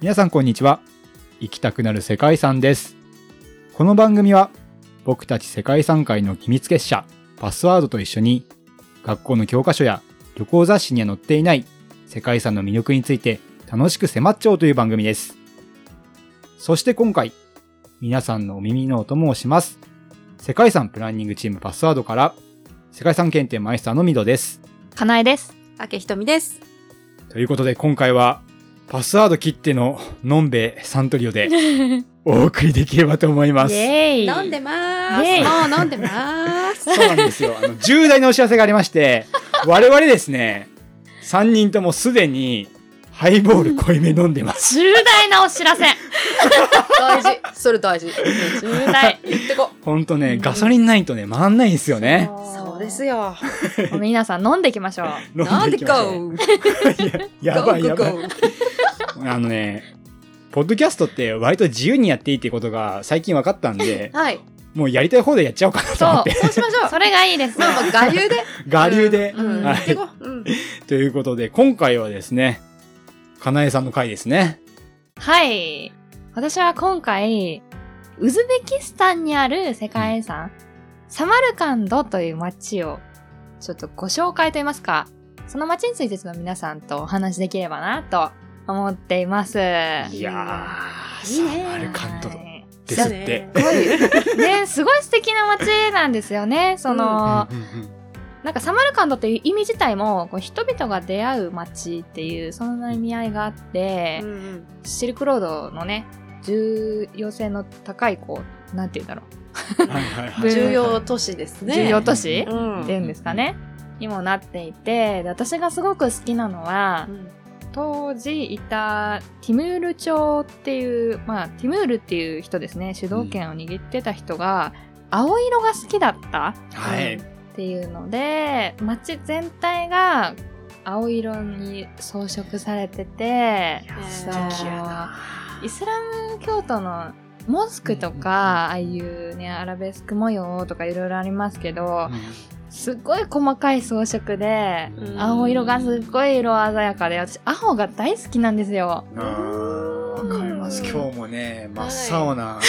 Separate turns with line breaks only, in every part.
皆さんこんにちは行きたくなる世界遺産ですこの番組は僕たち世界遺産界の秘密結社パスワードと一緒に学校の教科書や旅行雑誌には載っていない世界遺産の魅力について楽しく迫っちゃおうという番組ですそして今回皆さんのお耳のお供をします世界遺産プランニングチームパスワードから世界遺産検定マイスターのミドです
かなえです。
明ひとみです。
ということで今回はパスワード切ってののんべえサントリオ でお送りできればと思います。
エ
飲んでま
イ
ー
エイ
す。もう飲んでまーす。
そうなんですよ。あの重大なお知らせがありまして、我々ですね、3人ともすでにハイボール濃いめ飲んでます。
重大なお知らせ。
大事。それ大事。
重大。
言ってこ。
ほんとね、ガソリンないとね、回んないんですよね。
そうですよ。
もう皆さん飲んできましょう。
飲
なんで
きましょう
こう。
やばい
こう
やばい
こ。うこ
あのね、ポッドキャストって割と自由にやっていいってことが最近分かったんで
う、はい。
もうやりたい方でやっちゃおうかなと思
そ
っ
う
て、。
そうしましょう。
それがいいです。
まあまあ、我流で。
我流で。
うんうん。
はい
言ってこう。うん。
ということで、今回はですね、かなえさんの回ですね。
はい。私は今回、ウズベキスタンにある世界遺産、サマルカンドという街を、ちょっとご紹介といいますか、その街についてちょっと皆さんとお話しできればなと思っています。
いや
い
ー、
いね
サマルカンド
はい
ですって。
すごい。
ね、すごい素敵な街なんですよね。その、
うんうんうん
なんかサマルカンドっていう意味自体も、こう人々が出会う街っていう、そんな意味合いがあって、
うんうん
シルクロードのね、重要性の高い、こう、なんて言うんだろ
はいはいはい
ぶ
重要都市です
う。
ね。
重要都市、
う
っ
ん
ていうんですかね。にもなっていて、で私がすごく好きなのは
う、ん
当時いたティムール朝っていう、まあ、ティムールっていう人ですね、主導権を握ってた人が、青色が好きだった
はい。
っていうので街全体が青色に装飾されてて
素
敵やイスラム教徒のモスクとか、ああいうねアラベスク模様とかいろいろありますけど、すっごい細かい装飾で、
うん
青色がすっごい色鮮やかで私青が大好きなんですよ。
あーわかります。
うん
今日もね、真
はい
っ青な、ね、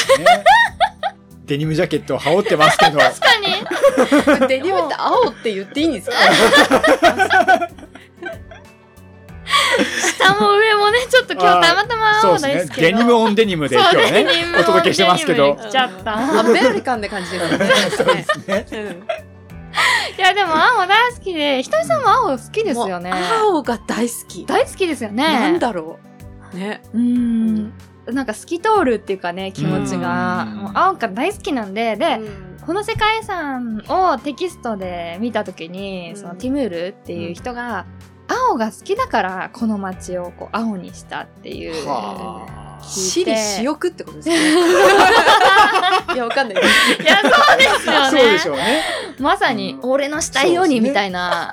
デニムジャケットを羽織ってますけど、
確かに
これデニムって青って言っていいんですか
下も上もねちょっと今日たまたま
そう
青
です
大
ね
好。き
デニムオンデニムで今日ね、お届けしてますけど。
来ちゃった
うんアメリカンって感じですね。
そうです ね。
うん
いやでも青大好きでひとみさんも青好きですよね
もう青が大好き。
大好きですよね
なんだろう。ね。
うーんなんか透き通るっていうかね気持ちが
うん
もう青が大好きなんでで、
うん
この世界遺産をテキストで見た時に、
うん
そのティムールっていう人が、青が好きだからこの街をこう青にしたっていう、
はあ
私利私欲ってことです ね。いや、わかんない。
いやそうですよ
そ
ね
うでしょうね。
まさに
うん
俺のしたいよう
そうで
に
すね
みたいな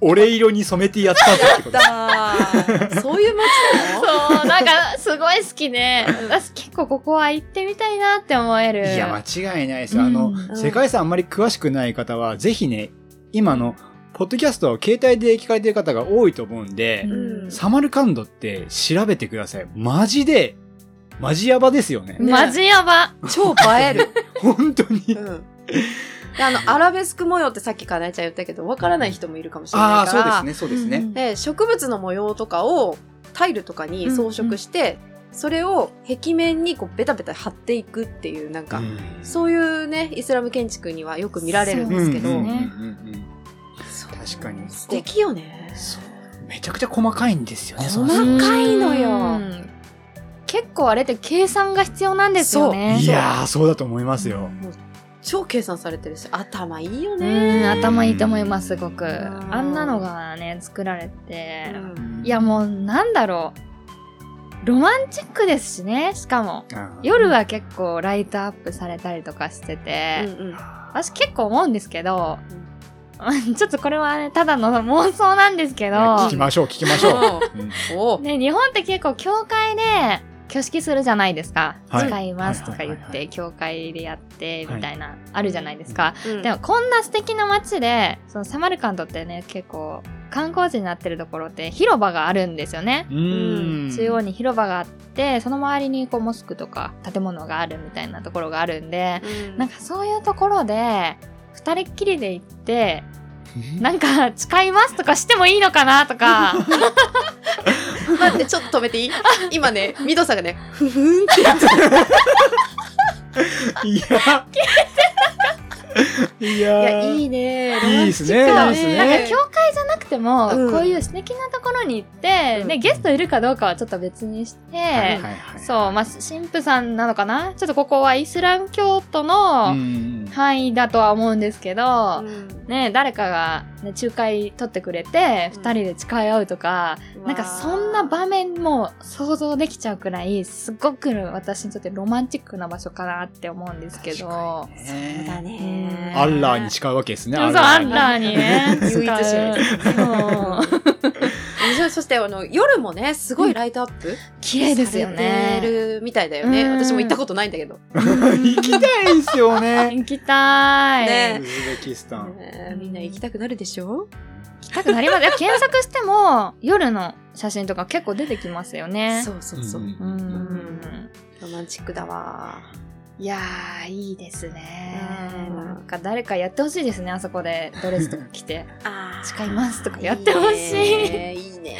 俺色に染めてやったぜってこと。
だーそういう街な
そう,、
の
なんかすごい好きで私結構ここは行ってみたいなって思える
いや、間違いないですよ。あ
う
の、
ん
世界遺産あんまり詳しくない方は、ぜひね、今の、ポッドキャストを携帯で聞かれてる方が多いと思うんで、
うん
サマルカンドって調べてください。マジで、マジヤバですよね。
ね
マジやば。
超映 える。
本当に。
うん。であの、アラベスク模様ってさっきかなえちゃん言ったけど、わからない人もいるかもしれ
あ
な
あ、
いか
そう
ら。
ですね、そうですね。
で植物の模様とかをタイルとかに装飾して、それを壁面にこうベタベタ貼っていくっていう、なんか、
うん
そういうね、イスラム建築にはよく見られるんですけど、
そ
うん
う
うんうん
ね
うん
そう
確かに。
素敵よね。
そう。めちゃくちゃ細かいんですよね、
細かい
その
うん高いのよ
うん結構あれって計算が必要なんですよね
いやー、そうだと思いますよ。
もう超計算されてるし、頭いいよ
う
ね。
ん頭いいと思いますすごく
ん
あんなのがね作られて
うん
いやもうなんだろうロマンチックですしねしかも
うん、
夜は結構ライトアップされたりとかしてて、
うんうん
私結構思うんですけど、ちょっとこれはねただの妄想なんですけど
聞きましょう、聞きましょう。うん
お
ね、日本って結構教会で挙式するじゃないですか「
はい
誓います」とか言
はい
っ
はいはいは
て教会でやってみたいな、あるじゃないですか、
うん
でもこんな素敵な街でそのサマルカンドってね結構観光地になってるところって広場があるんですよね。
う
ー
中央に広場があってその周りにこうモスクとか建物があるみたいなところがあるんでなんかそういうところで二人っきりで行ってなんか誓いますとかしてもいいのかなとか
待って、ちょっと止めていい今ね、ミドさんがね、ふふんって言って
いや。い
い
や
や、いいね。ロマンチック
い
だ
いですね
なんか教会じゃなくても、
うん
こういう素敵なところに行って、
うん
ね、ゲストいるかどうかはちょっと別にして、
はいはいはい
そうまあ神父さんなのかなちょっとここはイスラム教徒の
ん
範囲だとは思うんですけど、
うん
ね、誰かが、ね、仲介取ってくれて
うん
2人で誓い合うとか、なんかそんな場面も想像できちゃうくらいすごく私にとってロマンチックな場所かなって思うんですけど、
確かに
そう
ね
だね。
アッラーに誓うわけですね。
そうそうアン
ー
ラーにね
唯一
使うそう
そそしてあの夜もねすごいライトアップ、
綺麗ですよ
されて
ね
るみたいだよね、
うん
私も行ったことないんだ けど、
に。行きたいですよね。
行きたい、
ね
ウズベキスタン。
ねみんな行きたくなるでしょ、
行きたくなりますいや検索しても 夜の写真とか結構出てきますよね
そうそうそう、
うん
うん
ロマンチックだわ
いやー、いいですね。
うん
なんか誰かやってほしいですね、あそこでドレスとか着て。
あ
誓いますとかやってほしい。
いねいいね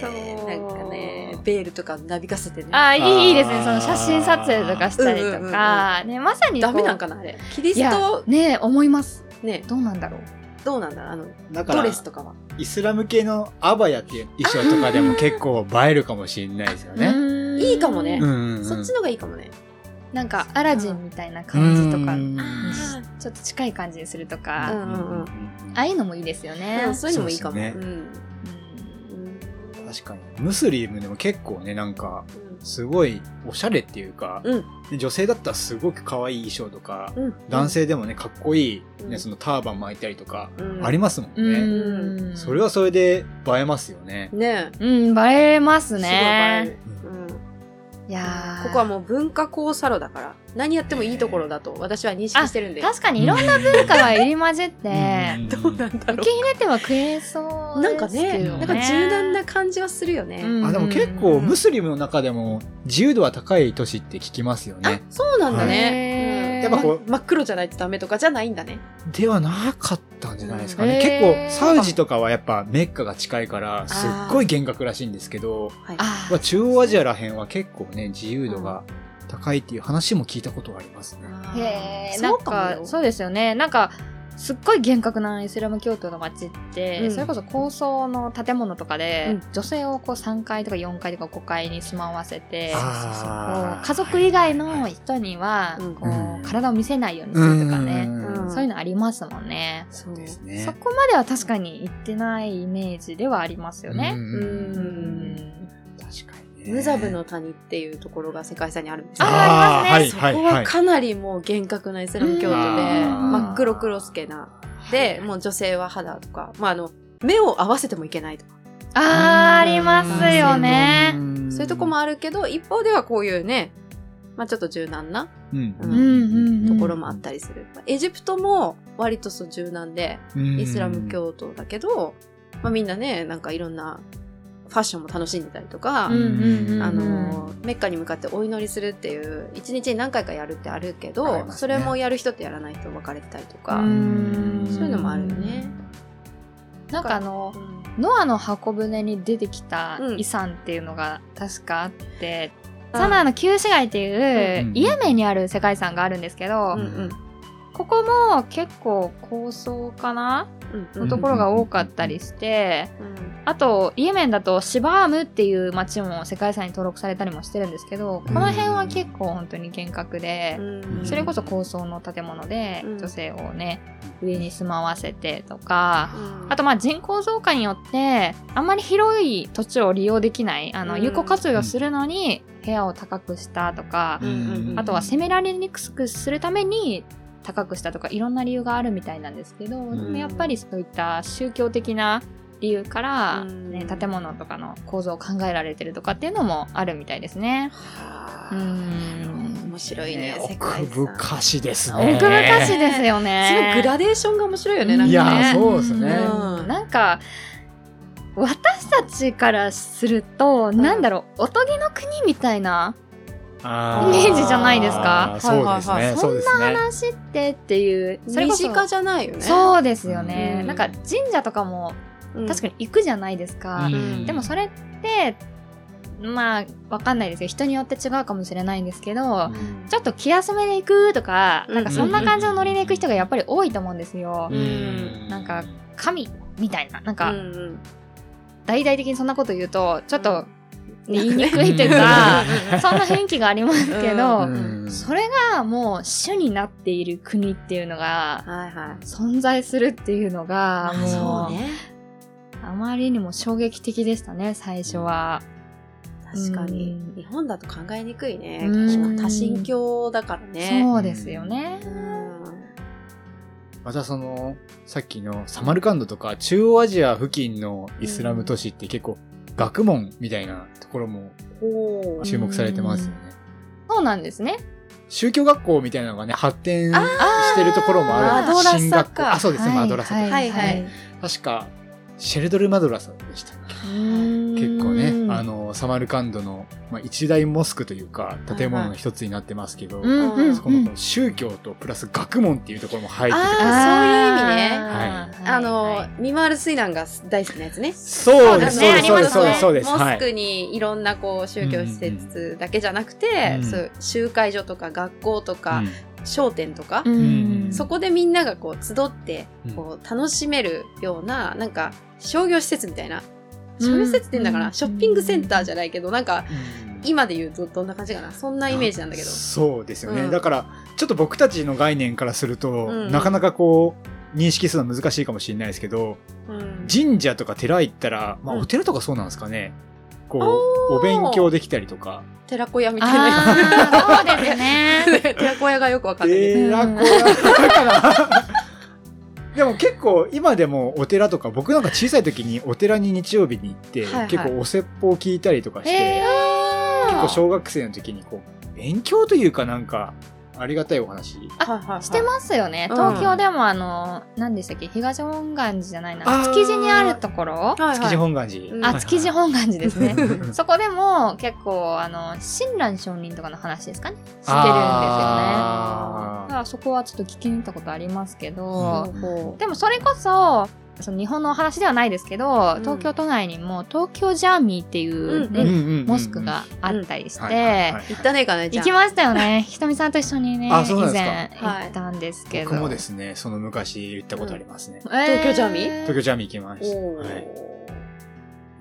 そう
なんかねベールとかなびかせて ね
あ
あー
ー
いいいいですね。その写真撮影とかしたりとか、ね、まさにこ
ダ
う
メなんかなあれキリ
い
ス
や
ト、
ね、思います。
ね
どうなんだろう。
どうなんだろうあの
だか
ド
ら
レスとかは
イスラム系のアバヤっていう衣装とかでも結構映えるかもしれないですよね。
ね
いいかもね
うんうんうん
そっちの方がいいかもね
なんかアラジンみたいな感じとか、
うん
にしちょっと近い感じにすると
う
か、
んうんうん
ああいうのもいいですよね。
そういうのもいいかも
そうです
う
ね
んうん
確かに。ムスリムでも結構ね、なんか、
うん
すごいおしゃれっていうか、
うん
で女性だったらすごく可愛い衣装とか、
うん
男性でもね、かっこいい、
う
ね、
ん
そのターバン巻いたりとか、
うん
ありますもんね。
うん
それはそれで映えますよね。
ね
うん、映えます
え
ね。
すごい映えるうんこ
いやー
こはもう文化交差路だから何やってもいいところだと私は認識してるんで
確かにいろんな文化が入り混じって、
うん
どうなんだろ
受け入れてはくれそううで
な
す
んか
け
ね
ど
なんか柔軟な感じはするよね
うん
あでも結構ムスリムの中でも自由度は高い都市って聞きますよ
あ
ね。
そうなんだ
へ
ね
ー
うん
やっぱこう
真っ黒じゃないとダメとかじゃないんだね
ではなかったんじゃないですか
うん
ね。
へー
結構サウジとかはやっぱメッカが近いからすっごい厳格らしいんですけど、
はい
あ
まあ、中央アジアらへんは結構ね自由度が高いっていう話も聞いたことがありますね。
ーへえな
そ
ん
うか
か
もよ
そうですよねなんかすっごい厳格なイスラム教徒の街って、
うん
それこそ高層の建物とかで、
う
女性をこう3階とか4階とか5階に住まわせてこ
あ
う
ー
家族以外の人には
うん
こう、
うん
体を見せないようにす
うん
るとかね、
うん
そういうのありますもんね、
そう
です
そ
ね。
こまでは確かに行ってないイメージではありますよね、
うん
うん
確かにね。
ムザブの谷っていうところが世界遺産にあるんですけど
あーあり
そ
ーはい
こ
はいは。
はいかなりもう厳格なイスラム教徒で、
うん
真っ黒クロスケな。で、もう女性は肌とか、まああの、目を合わせてもいけないとか、
あーありますよね、
ん
そういうとこもあるけど、一方ではこういうね、まあちょっと柔軟な
うん
う
うんうんうん、
ところもあったりする。まあエジプトも割とそう柔軟で、イスラム教徒だけど、まあみんなね、なんかいろんなファッションも楽しんでたりとか、
うんうんうんうん
あのメッカに向かってお祈りするっていう一日に何回かやるってあるけ
あり
ど、
ますね
それもやる人とやらない人分かれてたりとか、
うん
そういうのもあるよね。
なんかあの
うん
ノアの箱舟に出てきた
うん
遺産っていうのが確かあって、
あー
サナーの旧市街って
う
いうんイエメンにある世界遺産があるんですけど、
うんうん
ここも結構高層かな
うん
のところが多かったりして、あとイエメンだとシバームっていう町も世界遺産に登録されたりもしてるんですけどこの辺は結構本当に厳格で、
うん
それこそ高層の建物で
うん
女性をね、上に住まわせてとか、あ
あ
と
と
まあ人口増加によってあんまり広い土地を利用できないあの
うん
有効活用するのに部屋を高くしたとか、
うん
あとは攻められにくくするために高くしたとかいろんな理由があるみたいなんですけど、
ん
でもやっぱりそういった宗教的な理由から、
うん
ね、建物とかの構造を考えられてるとかっていうのもあるみたいですね。うん
面白いね
ね
世界遺
奥
産
深しですね。
奥深しですよ
その
ね。
グラデーションが面白いよねなん
い
か
や
ね
そうですね
うんなんか私たちからすると、
ん
なんだろう、おとぎの国みたいな
あ
イメージじゃ
ないですか
あーそうです
はい
ね。
はいはい
そうですね。
話ってっていう、それ
身
こそ、
近じゃないよね。
そうですよね、
うん
なんか神社とかも
うん
確かに行くじゃないですか。
うん
でもそれって、まあ、わかんないですよ。人によって違うかもしれないんですけど、
うん
ちょっと気休めで行くとか、
うん
なんかそんな感じのノリで行く人がやっぱり多いと思うんですよ。
うん
なんか神みたいな、なん
う
か
んうん
大々的にそんなこと言うと、ちょっと
うん
言いにくいという か、
うん
そんな雰囲気がありますけ
う
ど、
ん
それがもう主になっている国っていうのが、
はいはい。
存在するっていうのが、
あ
も
そうね。
う、あまりにも衝撃的でしたね、最初は。
確かに
うん。
日本だと考えにくいね。
うん
多神教だからね。
そうですよね。
うん
またその、さっきのサマルカンドとか中央アジア付近のイスラム都市って結構学問みたいなところも
ほう
注目されてますよね。
そうなんですね。
宗教学校みたいなのがね、発展してるところもある。
マドラサか
進学校あ、そうですね、
はい
マドラサとか。
はいは
はいい。
確か、シェルドルマドラサでしたっけ結
結
構ね、あ、の、サマルカンドの、まあ、一大モスクというか、建物の一つになってますけど、
うんうんうん、
そこのこの宗教とプラス学問っていうところも入ってて、
あーそういう意味ね
はい
あの、
はい
ミマール・スイランが大好きなやつね。
そう
で
ですす、
ね
そうです、そう
ありま
ですす、そ
ね
うです、そうです。
モ
は
ス
い
クにいろんなこう宗教施設だけじゃなく
う
て、
ん
そう集会所とか学校とか、商店とか、
ん
そこでみんながこう集って
うん
こう楽しめるようななんか商業施設みたいな商業施設って言うんだから、
うん
ショッピングセンターじゃないけどなんか
うん
今で言うとどんな感じかなそんなイメージなんだけど
そうですよね、
うん
だからちょっと僕たちの概念からすると、
うん
なかなかこう認識するのは難しいかもしれないですけど
うん
神社とか寺行ったら、まあ、
うん
お寺とかそうなんですかね、
お
こう
ー
お勉強できたりとか
寺子屋みたいな
あーそうですね。
寺子屋がよくわかんないけど、
寺子屋かな でも結構今でもお寺とか僕なんか小さい時にお寺に日曜日に行って、
はいはい
結構お説法を聞いたりとか して、
へー
結構小学生の時にこう勉強というかなんかありがたいお話
はいはいはい
してますよね。
うん
東京でもあの、何でしたっけ東本願寺じゃないな。
あー
築地にあるところ
はい
築地
はい
本願寺、
うん
あ、築地本願寺ですね。
うん
そこでも結構あの、親鸞上人とかの話ですかね。してるんですよね。だか
あ
らそこはちょっと聞きに行ったことありますけ
ー
ど、
ほうほ
でもそれこそ、その日本のお話ではないですけど、
うん
東京都内にも東京ジャーミーっていう、
うん
ね
うん
うんうんうんうん
モスクがあったりして、
はいはいはい
行ったねかねち
行
ゃん
きましたよね。ひとみさんと一緒にね、以
あそうなんですか
前行ったんですけど。
僕もですね、その昔行ったことありますね。
えー
東京ジャーミー
東京ジャミー行きました。
お
は
ー
い、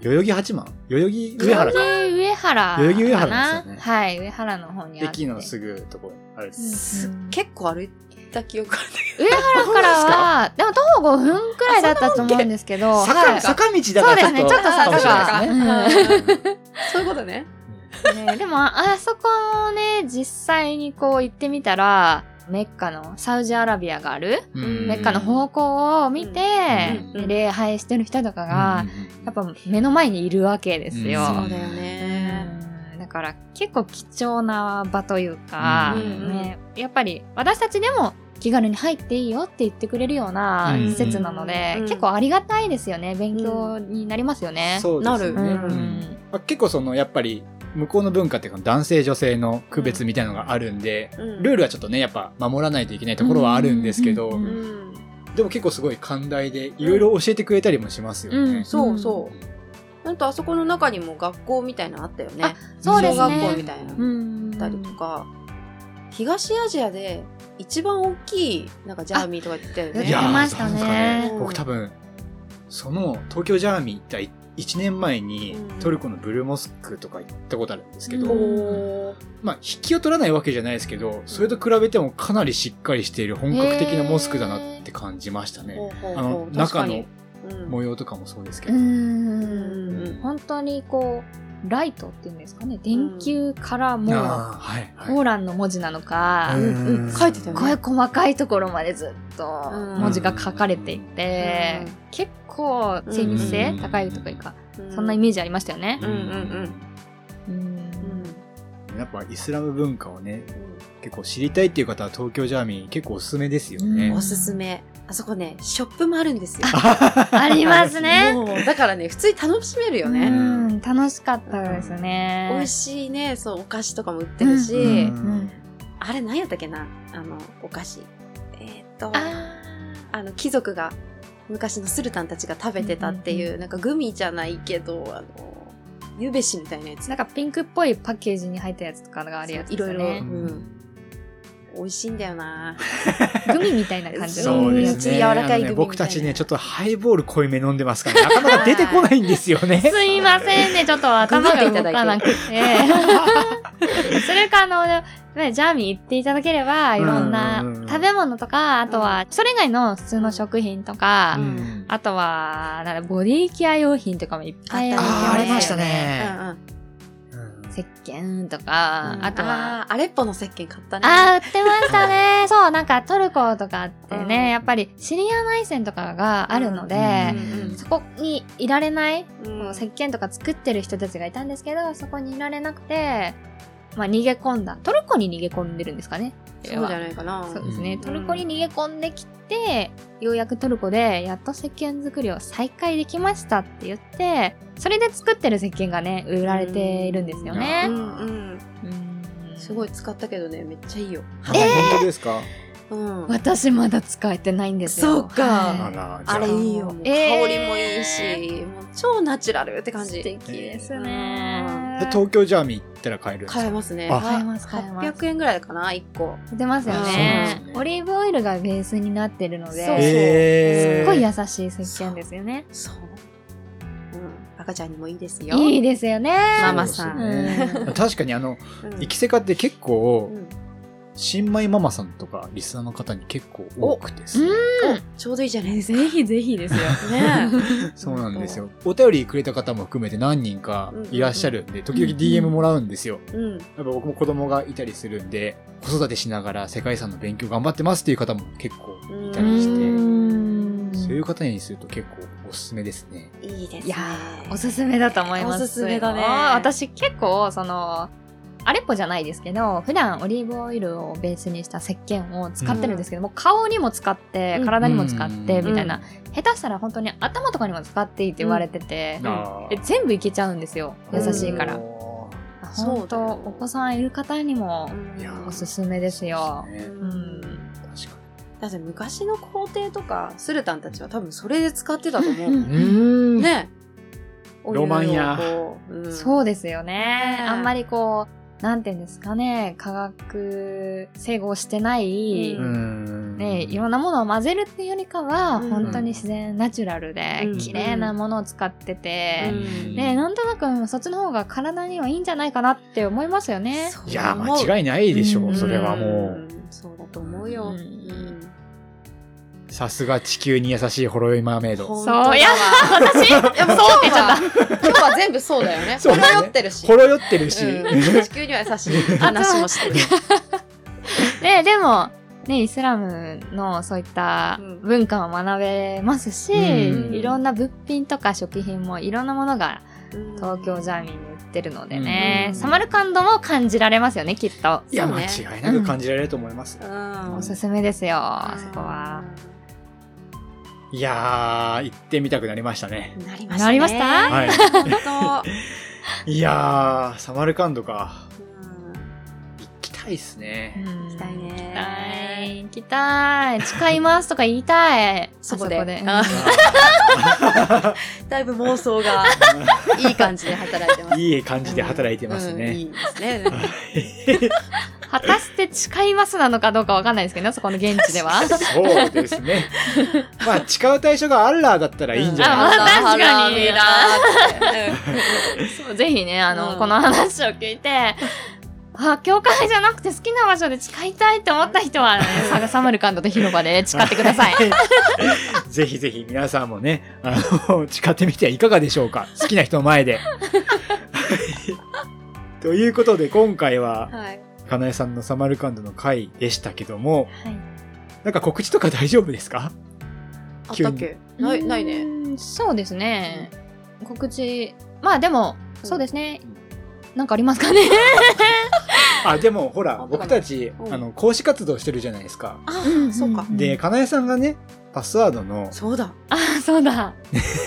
代々木八幡代々木上
上
原
原
か。
上原
代々木上原なんですよ
かな
ね
はい、上原の方にあって。
駅のすぐところにある。
す結構歩いた記憶あるんだけ
上原からは、でも徒歩5分くらいだったと思うんですけど、は
坂
い
坂道だから
そうですねちょっと坂
かもしれないですね。
が
どそういうことね
ねでも、ああそこをね、実際にこう行ってみたら、メッカの、サウジアラビアがある、
うん
うん
メッカの方向を見て、
うん
で礼拝してる人とかが、、
うん
やっ、ぱ目の前にいるわけですよ。
うん
そうだよね
うんだから結構貴重な場というか、
うん
ね、やっぱり私たちでも気軽に入っていいよって言ってくれるような
うん
施設なので、
うん
結構ありがたいですよね勉強になりますよね。
そうですね。う
なる
ん
うん
まあ結構その、やっぱり、向こうの文化っていうか男性女性の区別みたいなのがあるんで、ルー
ル
ルはちょっとね、やっぱ守らないといけないところはあるんですけど、
うんうんうんうん
でも結構すごい寛大で、いろいろ教えてくれたりもしますよね。
うん
そうそうなんとあそこの中にも学校みたいなのあったよね
そうですね
小学校みたいな
う
の
ん
あったりとか東アジアで一番大きいなんかジャーミーとか言ってたよ
やっ
い
て
や
ね
ー
ましたね
うん
僕多分その東京ジャーミー行った1年前に
うん
トルコのブルーモスクとか行ったことあるんですけ
ー
ど、
おー
まあ引きを取らないわけじゃないですけどそれと比べてもかなりしっかりしている本格的なモスクだなって感じましたね
ほ、うほう
あ
ほ
の
う確
中
かに
の
うん
模様とかもそうですけ
う
ど、
ん
うん
本当にこうライトっていうんですかね電球からもう、
あーはいはい
コーランの文字なのか、
うんうん書いてたよね
声細かいところまでずっと文字が書かれていて、
うん
結構精密性
うん
高いとかいうか、
うん
そんなイメージありましたよね。
うんうんうん
うん
やっぱイスラム文化をね結構知りたいっていう方は東京ジャーミー結構おすすめですよね、
うんおすすめあそこね、ショップもあるんですよ。
ありますね。
もうだからね、普通に楽しめるよ
う
ね。
ん、楽しかったですね。
美味しいね、そう、お菓子とかも売ってるし、
うん
うん
あれ何やったっけなあの、お菓子。えーっと、あ
あ
の、貴族が、昔のスルタンたちが食べてたっていう、
うんう
なんかグミじゃないけど、あの、ゆべしみたいなやつ。
ーなんかピンクっぽいパッケージに入ったやつとかがあるやつ
い
です
ろ
よ
いろ、う
ね。
ん。美味しいんだよな
グミみたいな感 じ
そう
の
で
や
す
つ。
ね。
柔ら
あ
かい
の
グミみたい
ね
な
僕たちね、ちょっとハイボール濃いめ飲んでますから、なかなか出てこないんですよね。
すいませんね、ちょっと頭が動かなくて。それか、あの、ねジャーミー行っていただければ、いろんな
うんうんうん
食べ物とか、あとは、それ以外の普通の食品とか、
うん
あとは、なんだボディケア用品とかもいっぱい
あー、あ
るん
り
です
ました。
よ
ね。
あ
うん
石鹸とか、
うん
あとは、
あー、アレッポの石鹸買ったね。
あー、売ってましたね。そう、なんかトルコとかってね、
うん
やっぱりシリア内戦とかがあるので、
うん
そこにいられない、
うん
もう石鹸とか作ってる人たちがいたんですけど、そこにいられなくて、まあ逃げ込んだ。トルコに逃げ込んでるんですかね。
そうじゃ
い
ないかな。
そう
う
ですね。
ん
トルコに逃げ込んできて、ようやくトルコでやっと石鹸作りを再開できましたって言って、それで作ってる石鹸がね、売られているんですよ
う
ね。
んうん。
うん
すごい使ったけどね、めっちゃいいよ。
本当ですか
うん。
私まだ使えてないんですよ。
そうか
あ
は
ら、じゃ
あれいいよ。もう香
えー
りもいいし、もう超ナチュラルって感
い、
じ。
素敵ですね
あ。で東京ジャーミー行ったら買えるんです
買え
か
ますね。
あ
買えます買えます
800円ぐらいかな、1個。
出ますよ
そうなん
で
ね
すね
オリーブオイルがベースになってるの
そう
で、
えー
すっごい優しい石鹸ですよね。
そう。うん。赤ちゃんにもいいですよ。
いいですよね。
ママさ
そうです
ん
ね確かにあの、
うん
生きせかって結構
う、ん
新米ママさんとかリスナーの方に結構多くてですね
おちょうどいいじゃないです
ぜひぜひです よ。
か。ね
そうなんですよ。お便りくれた方も含めて何人かいらっしゃるんで、時々 DM もらうんですよ。
うん。
やっぱ僕も子供がいたりするんで、子育てしながら世界遺産の勉強頑張ってますっていう方も結構いた
う
りして、
ん
そういう方にすると結構おすすめですね。
いいですね。
いやーおすすめだと思います。
おすすめだね
私結構、その、アレッポじゃないですけど、普段オリーブオイルをベースにした石鹸を使ってるんですけど、もう顔にも使って
う、ん
体にも使って、
うん
みたいな。下手したら本当に頭とかにも使っていいって言われてて、
あ
で
ー
全部いけちゃうんですよ。優しいから。
おー
そう
本当、お子さんいる方にも
うん
いやー
おすすめですよ。
そうですね
うん。
確か
だって昔の皇帝とかスルタンたちは多分それで使ってたと思う。
うん
に。うん
ね。
ロマンや
お湯をこううん
そうですよね。
ね
あんまりこう、なんていうんですかね、科学整合してない、
うん
ん
ね、いろんなものを混ぜるっていうよりかは、
うん
本当に自然ナチュラルで、
うん
綺麗なものを使ってて、
うん
ね、なんとなくそっちの方が体にはいいんじゃないかなって思いますよね。
そう
いやー、間違いないでしょ
う
う、
ん
それはも
ん
う。。
そうだと思うよ。
うん
うん
さすが地球に優しいほろ酔いマーメイド。
ほ
そ
ん
う
本当だわ
いや、私、そうって
でも
言
今日
っちゃっ
は、今日は全部そうだよね。
そう
ほ
だ
ろ
ね
酔ってるし。
ほろ酔ってるし。
うん地球には優しい話もしてる。
た。ね、 でも、ね、イスラムのそういった
うん
文化も学べますし、
うん
いろんな物品とか食品もいろんなものが東京ジ
ゃ
ャーミーに売ってるのでね、
うん
サマルカンドも感じられますよねきっと
いや、
そ
間
うね
違いなく感じられると思います。
うん。
おすすめですよ
うん
そこは。
いやー、行ってみたくなりましたね。
なりましたね。
なりました
はい
本
いやー、サマルカンドか。
当。うん
行きたいっす ね。
行
きたいね
行きたい行きたい誓いますとか言いたい
そこで
あうん
あ
あ
だいぶ妄想 がいい感じで働いてま
ー
す。
いい感じで働いてます
うん
ね。
いいですね。
果たして誓いますなのかどうかわかんないですけど ねそこの現地では
そうです ね。まあ、誓う対象がアッラーだったらいいんじゃない
うん
か
あまあ確かにそうぜひねあの、
うん
この話を聞いて あ教会じゃなくて好きな場所で誓いたいって思った人は、ね、サガサマルカンドと広場で誓ってくだ さい
ぜひぜひ皆さんもね、あの、誓ってみてはいかがでしょうか。好きな人の前で。ということで、今回は、
はい。
かなえさんのサマルカンドの回でしたけども、
はい
なんか告知とか大丈夫ですか
あったっけない、ないね。
うーん。そうですね。告知、まあでも、
うん
そうですね。なんかありますかね。
あ、でもほら、
本当か
僕
な
たち、
うん
あの、講師活動してるじゃないですか。
あ
うんうん
あ、そうか。
で、かなえさんがね、パスワードの
そうだ。
あ、そう だ。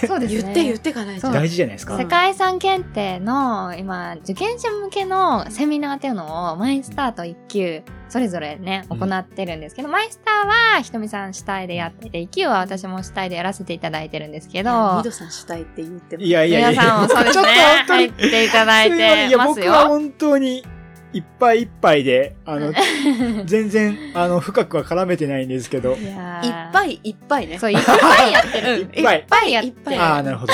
そうですね。
言って言ってかないと
そう。
大事じゃないですか。
世界遺産検定の今受験者向けのセミナーっていうのをマイスターと1級それぞれね
うん
行ってるんですけど、マイスターはひとみさん主体でやってて1級は私も主体でやらせていただいてるんですけど
ミドさん主体って言っても
いやいや
皆
いや、
さんもそうで
ち
すね
ょっと
入
本
っていただ
当
い
に、すいませんい
て
や、
ます
僕は
よ。
本当に、いっぱいいっぱいで、あ の、全然、あの、深くは絡めてないんですけど。
いや
い
ー
っぱいいっぱいね。
そういっぱいやってる。
いっぱい
いっぱいやって
いっぱい
ああ、なるほど。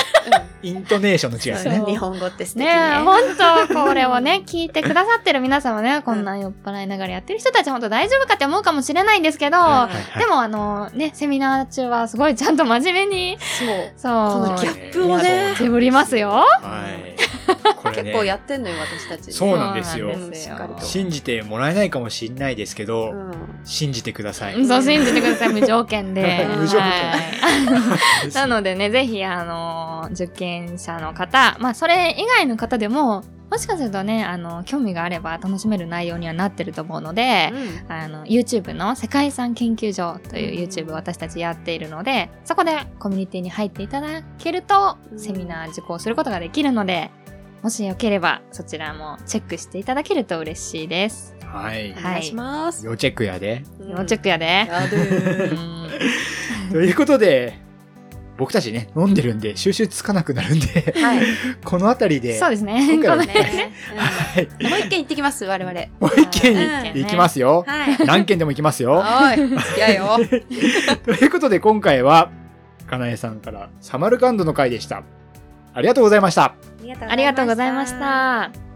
イントネーションの違いです
そう
ね。
日本語って素敵
ね
ね。
本当これをね、聞いてくださってる皆様ね、こんな酔っ払いながらやってる人たち本当大丈夫かって思うかもしれないんですけど、
はい
でもあのね、セミナー中はすごいちゃんと真面目に、
そう。こ
そ
のギ
う、
ャップをね
手振りますよ
はい。これね
結構やってんのよ、私たち。
そうなんですよ
そうなんですよ
しっかりと
信じてもらえないかもしんないですけど、
うん
信じてください。 。
うんそう信じてください、無条件で
無条件
はい、なのでね、ぜひ、あの、受験者の方、まあ、それ以外の方でも、もしかするとね、あの、興味があれば楽しめる内容にはなってると思うので、
うん
あの YouTube の世界遺産研究所という YouTube を私たちやっているのでそこでコミュニティに入っていただけると
うん
セミナー受講することができるのでもしよければそちらもチェックしていただけると嬉しいです。
はい
お。願いします。
要チェックやで。
うん
要チェックやで。
や
う
る
ん
ということで、僕たちね、飲んでるんで、収集つかなくなるんで、
はい。
この辺りで、
そうですね。。
今回は ね
ね
はい。
うんもう一軒行ってきます、我々。
もう一軒行きますすよ。
はい。
何軒でも行きますよ。
おい、付き合え よ。
ということで、今回は、かなえさんからサマルカンドの回でした。ありがとうございました。
ありがとうございまし。た。